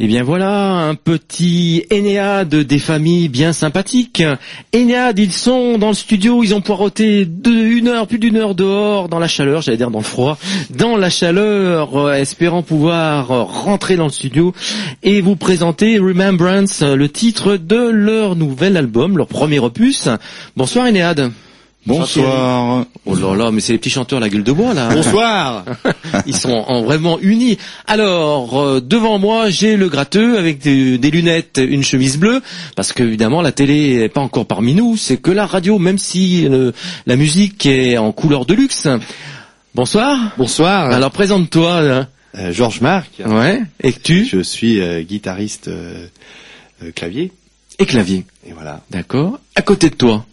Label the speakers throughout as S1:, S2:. S1: Eh bien voilà, un petit Énéade des familles bien sympathiques. Énéade, ils sont dans le studio, ils ont poireauté de une heure, plus d'une heure dehors, dans la chaleur, j'allais dire dans le froid, dans la chaleur, euh, espérant pouvoir euh, rentrer dans le studio et vous présenter Remembrance, euh, le titre de leur nouvel album, leur premier opus. Bonsoir Énéade.
S2: Bonsoir.
S1: Oh là là, mais c'est les petits chanteurs la gueule de bois là.
S2: Bonsoir.
S1: Ils sont en- vraiment unis. Alors, euh, devant moi, j'ai le gratteux avec des, des lunettes, une chemise bleue, parce que évidemment la télé n'est pas encore parmi nous, c'est que la radio, même si euh, la musique est en couleur de luxe. Bonsoir.
S2: Bonsoir.
S1: Alors présente-toi. là.
S2: Euh, Georges Marc.
S1: Ouais. Et que tu
S2: Je suis euh, guitariste euh, euh, clavier.
S1: et clavier.
S2: Et voilà.
S1: D'accord. À côté de toi.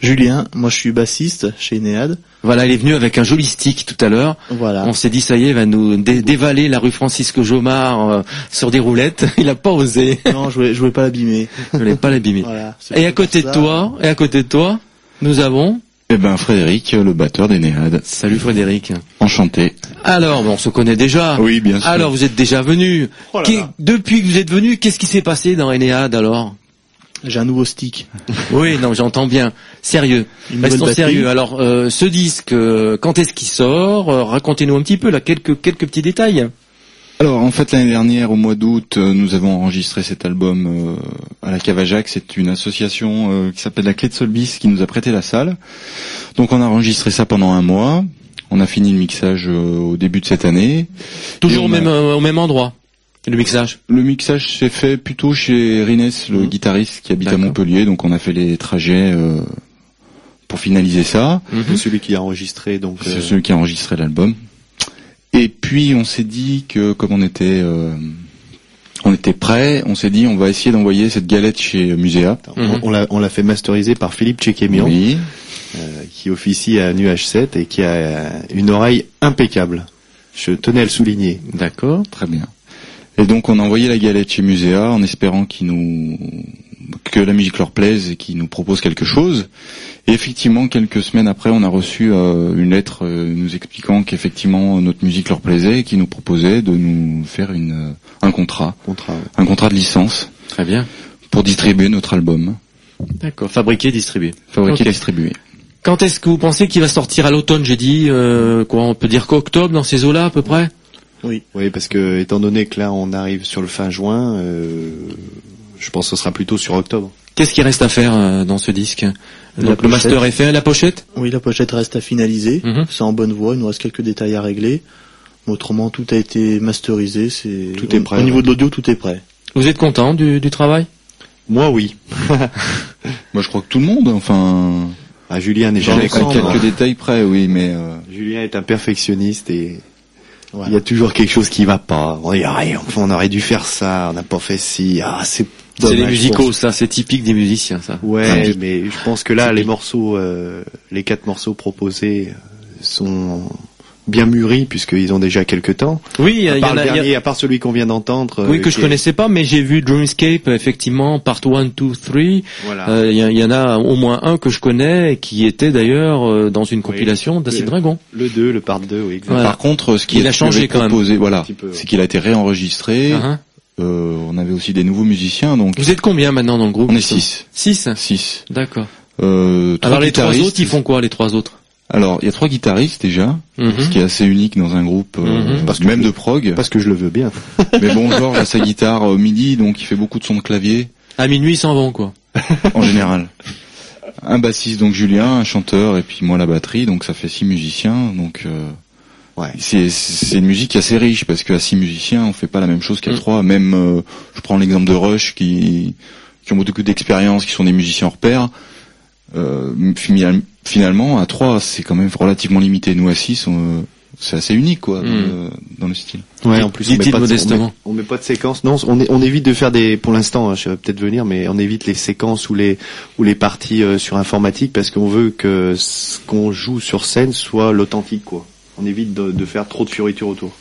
S3: Julien, moi je suis bassiste chez Néade.
S1: Voilà, il est venu avec un joli stick tout à l'heure.
S3: Voilà.
S1: On s'est dit ça y est, il va nous dé- dévaler la rue Francisco Jomard euh, sur des roulettes. Il a pas osé.
S3: non, je voulais, je voulais pas l'abîmer.
S1: Je l'ai pas l'abîmer.
S3: Voilà. C'est
S1: Et à
S3: pour
S1: côté de
S3: ça.
S1: toi, et à côté de toi, nous avons.
S4: Eh ben Frédéric, le batteur d'Enéade.
S1: Salut Frédéric.
S4: Enchanté.
S1: Alors, bon, on se connaît
S3: Ah.
S1: déjà.
S4: Oui, bien sûr.
S1: Alors, vous êtes déjà venu.
S3: Oh là
S1: Qu'est-
S3: là.
S1: Depuis que vous êtes venu, qu'est-ce qui s'est passé dans Enéade alors
S3: J'ai un nouveau stick.
S1: Oui, non, j'entends bien. Sérieux.
S3: Une
S1: Restons
S3: nouvelle batterie.
S1: sérieux. Alors, euh, ce disque, euh, quand est-ce qu'il sort Euh, Racontez-nous un petit peu là quelques quelques petits détails.
S4: Alors en fait l'année dernière au mois d'août euh, nous avons enregistré cet album euh, à la Cave à Jacques. C'est une association euh, qui s'appelle la Clé de Solbis qui nous a prêté la salle. Donc on a enregistré ça pendant un mois. On a fini le mixage euh, au début de cette année.
S1: Toujours
S4: Et
S1: au
S4: on a-
S1: même euh, au même endroit. Le mixage.
S4: Le mixage s'est fait plutôt chez Rinès, le
S1: Mhm.
S4: guitariste qui habite à
S1: D'accord.
S4: Montpellier. Donc on a fait les trajets euh, pour finaliser ça.
S3: Mhm.
S2: Celui qui a enregistré donc. euh,
S4: C'est celui qui a enregistré l'album. Et puis on s'est dit que comme on était euh, on était prêt, on s'est dit on va essayer d'envoyer cette galette chez Muséa.
S2: attends,
S1: Mhm.
S2: on- on l'a- On l'a fait masteriser par Philippe Chekemian,
S4: Oui.
S2: euh, qui officie à NUH7 et qui a euh, une oreille impeccable. Je tenais à le souligner.
S1: D'accord.
S4: Très bien. Et donc on a envoyé la galette chez Muséa en espérant qu'ils nous que la musique leur plaise et qu'ils nous proposent quelque chose. Et effectivement, quelques semaines après, on a reçu euh, une lettre euh, nous expliquant qu'effectivement notre musique leur plaisait et qu'ils nous proposaient de nous faire une, euh, un contrat,
S2: Contrat.
S4: un contrat de licence
S1: Très bien.
S4: pour distribuer notre album.
S1: D'accord. Fabriqué, distribué.
S4: fabriqué
S1: Ok.
S4: et distribué.
S1: Quand est-ce que vous pensez qu'il va sortir à l'automne J'ai dit euh, quoi On peut dire qu'octobre dans ces eaux-là à peu près.
S2: Oui, parce que étant donné que là on arrive sur le fin juin, euh, je pense que ce sera plutôt sur octobre.
S1: Qu'est-ce qui reste à faire euh, dans ce disque
S3: La
S1: Donc le master
S3: pochette.
S1: est fait, la pochette.
S3: Oui, la pochette reste à finaliser.
S1: Mhm.
S3: C'est en bonne voie. Il nous reste quelques détails à régler. Mais autrement, tout a été masterisé. C'est
S2: Tout est
S3: au-
S2: prêt,
S3: Au
S2: ouais.
S3: niveau de l'audio, tout est prêt.
S1: Vous êtes content du, du travail
S2: Moi, oui.
S4: Moi, je crois que tout le monde, enfin,
S2: Ah, Julien n'est
S4: j'en
S2: jamais
S4: ai hein.
S2: content.
S4: quelques détails près, oui, mais euh,
S2: Julien est un perfectionniste et
S3: Voilà.
S2: il y a toujours quelque chose qui va pas. On dit, Ah, enfin, on aurait dû faire ça, on n'a pas fait ci. Ah, c'est
S1: C'est
S2: dommage
S1: les musicaux,
S2: pour-
S1: ça. C'est typique des musiciens, ça.
S2: Ouais, mais je pense que là,
S1: C'est
S2: les
S1: bien.
S2: morceaux, euh, les quatre morceaux proposés euh, sont bien mûris puisqu'ils ont déjà quelques temps.
S1: Oui, il y,
S2: à
S1: a- il y
S2: part
S1: en
S2: le
S1: a. il y a-
S2: dernier, à part celui qu'on vient d'entendre.
S1: Oui,
S2: euh,
S1: que je
S2: qui est-
S1: connaissais pas, mais j'ai vu Dreamscape, effectivement, part 1, 2, 3. Il
S2: Voilà.
S1: y, a- Euh, il y en a au moins un que je connais, et qui était d'ailleurs euh, dans une compilation d'Acid
S2: Oui.
S1: Dragon.
S2: Le 2, le part 2, oui, exactement.
S1: Voilà.
S4: par contre, ce qui
S1: Il
S4: est
S1: a changé quand même.
S4: proposé, voilà,
S2: petit peu, ouais.
S4: c'est qu'il a été réenregistré.
S1: Ah, hein.
S4: Euh, on avait aussi des nouveaux musiciens, donc
S1: Vous êtes combien maintenant dans le groupe
S4: on est six,
S1: 6
S4: six.
S1: D'accord.
S4: Euh, trois
S1: Alors les trois
S4: guitaristes.
S1: autres, ils font quoi les trois autres
S4: Alors, il y a trois guitaristes déjà, ce qui est assez unique dans un groupe, euh,
S1: Mhm.
S2: Parce que-
S4: même de prog.
S2: Parce que je le veux bien.
S4: mais bon, Georges a sa guitare au midi, donc il fait beaucoup de sons de clavier
S1: À minuit, ils s'en vont quoi.
S4: en général. Un bassiste, donc Julien, un chanteur, et puis moi la batterie, donc ça fait six musiciens, donc. euh,
S2: Ouais.
S4: C'est c'est une musique assez riche parce qu'à six musiciens, on fait pas la même chose qu'à
S1: Mm.
S4: trois. Même, euh, je prends l'exemple de Rush qui qui ont beaucoup d'expérience, qui sont des musiciens hors pair. Euh, final- finalement, à trois, c'est quand même relativement limité. Nous à six, on, euh, c'est assez unique quoi dans,
S1: Mm.
S4: le, dans le style.
S2: Ouais, en plus on met,
S1: Dites-le
S2: pas de, on,
S1: modestement.
S2: met, on met pas de séquence. Non, on, est- on évite de faire des pour l'instant, hein, je vais peut-être venir mais on évite les séquences ou les ou les parties euh, sur informatique parce qu'on veut que ce qu'on joue sur scène soit l'authentique quoi. On évite de, de faire trop de fioritures autour.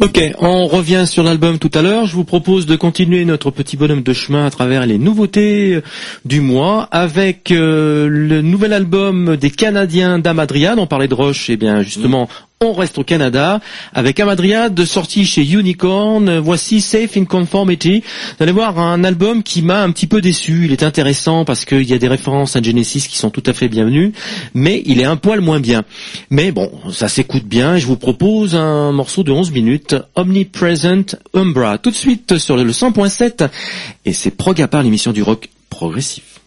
S1: Ok, on revient sur l'album tout à l'heure. Je vous propose de continuer notre petit bonhomme de chemin à travers les nouveautés euh, du mois avec euh, le nouvel album des Canadiens d'Amadrian. On parlait de Roche, et eh bien justement, on reste au Canada avec Amadria de sortie chez Unicorn. Voici Safe in Conformity. Vous allez voir un album qui m'a un petit peu déçu. Il est intéressant parce qu'il y a des références à Genesis qui sont tout à fait bienvenues, mais il est un poil moins bien. Mais bon, ça s'écoute bien. Je vous propose un morceau de 11 minutes, Omnipresent Umbra, tout de suite sur le 100.7. Et c'est Prog à part l'émission du rock progressif.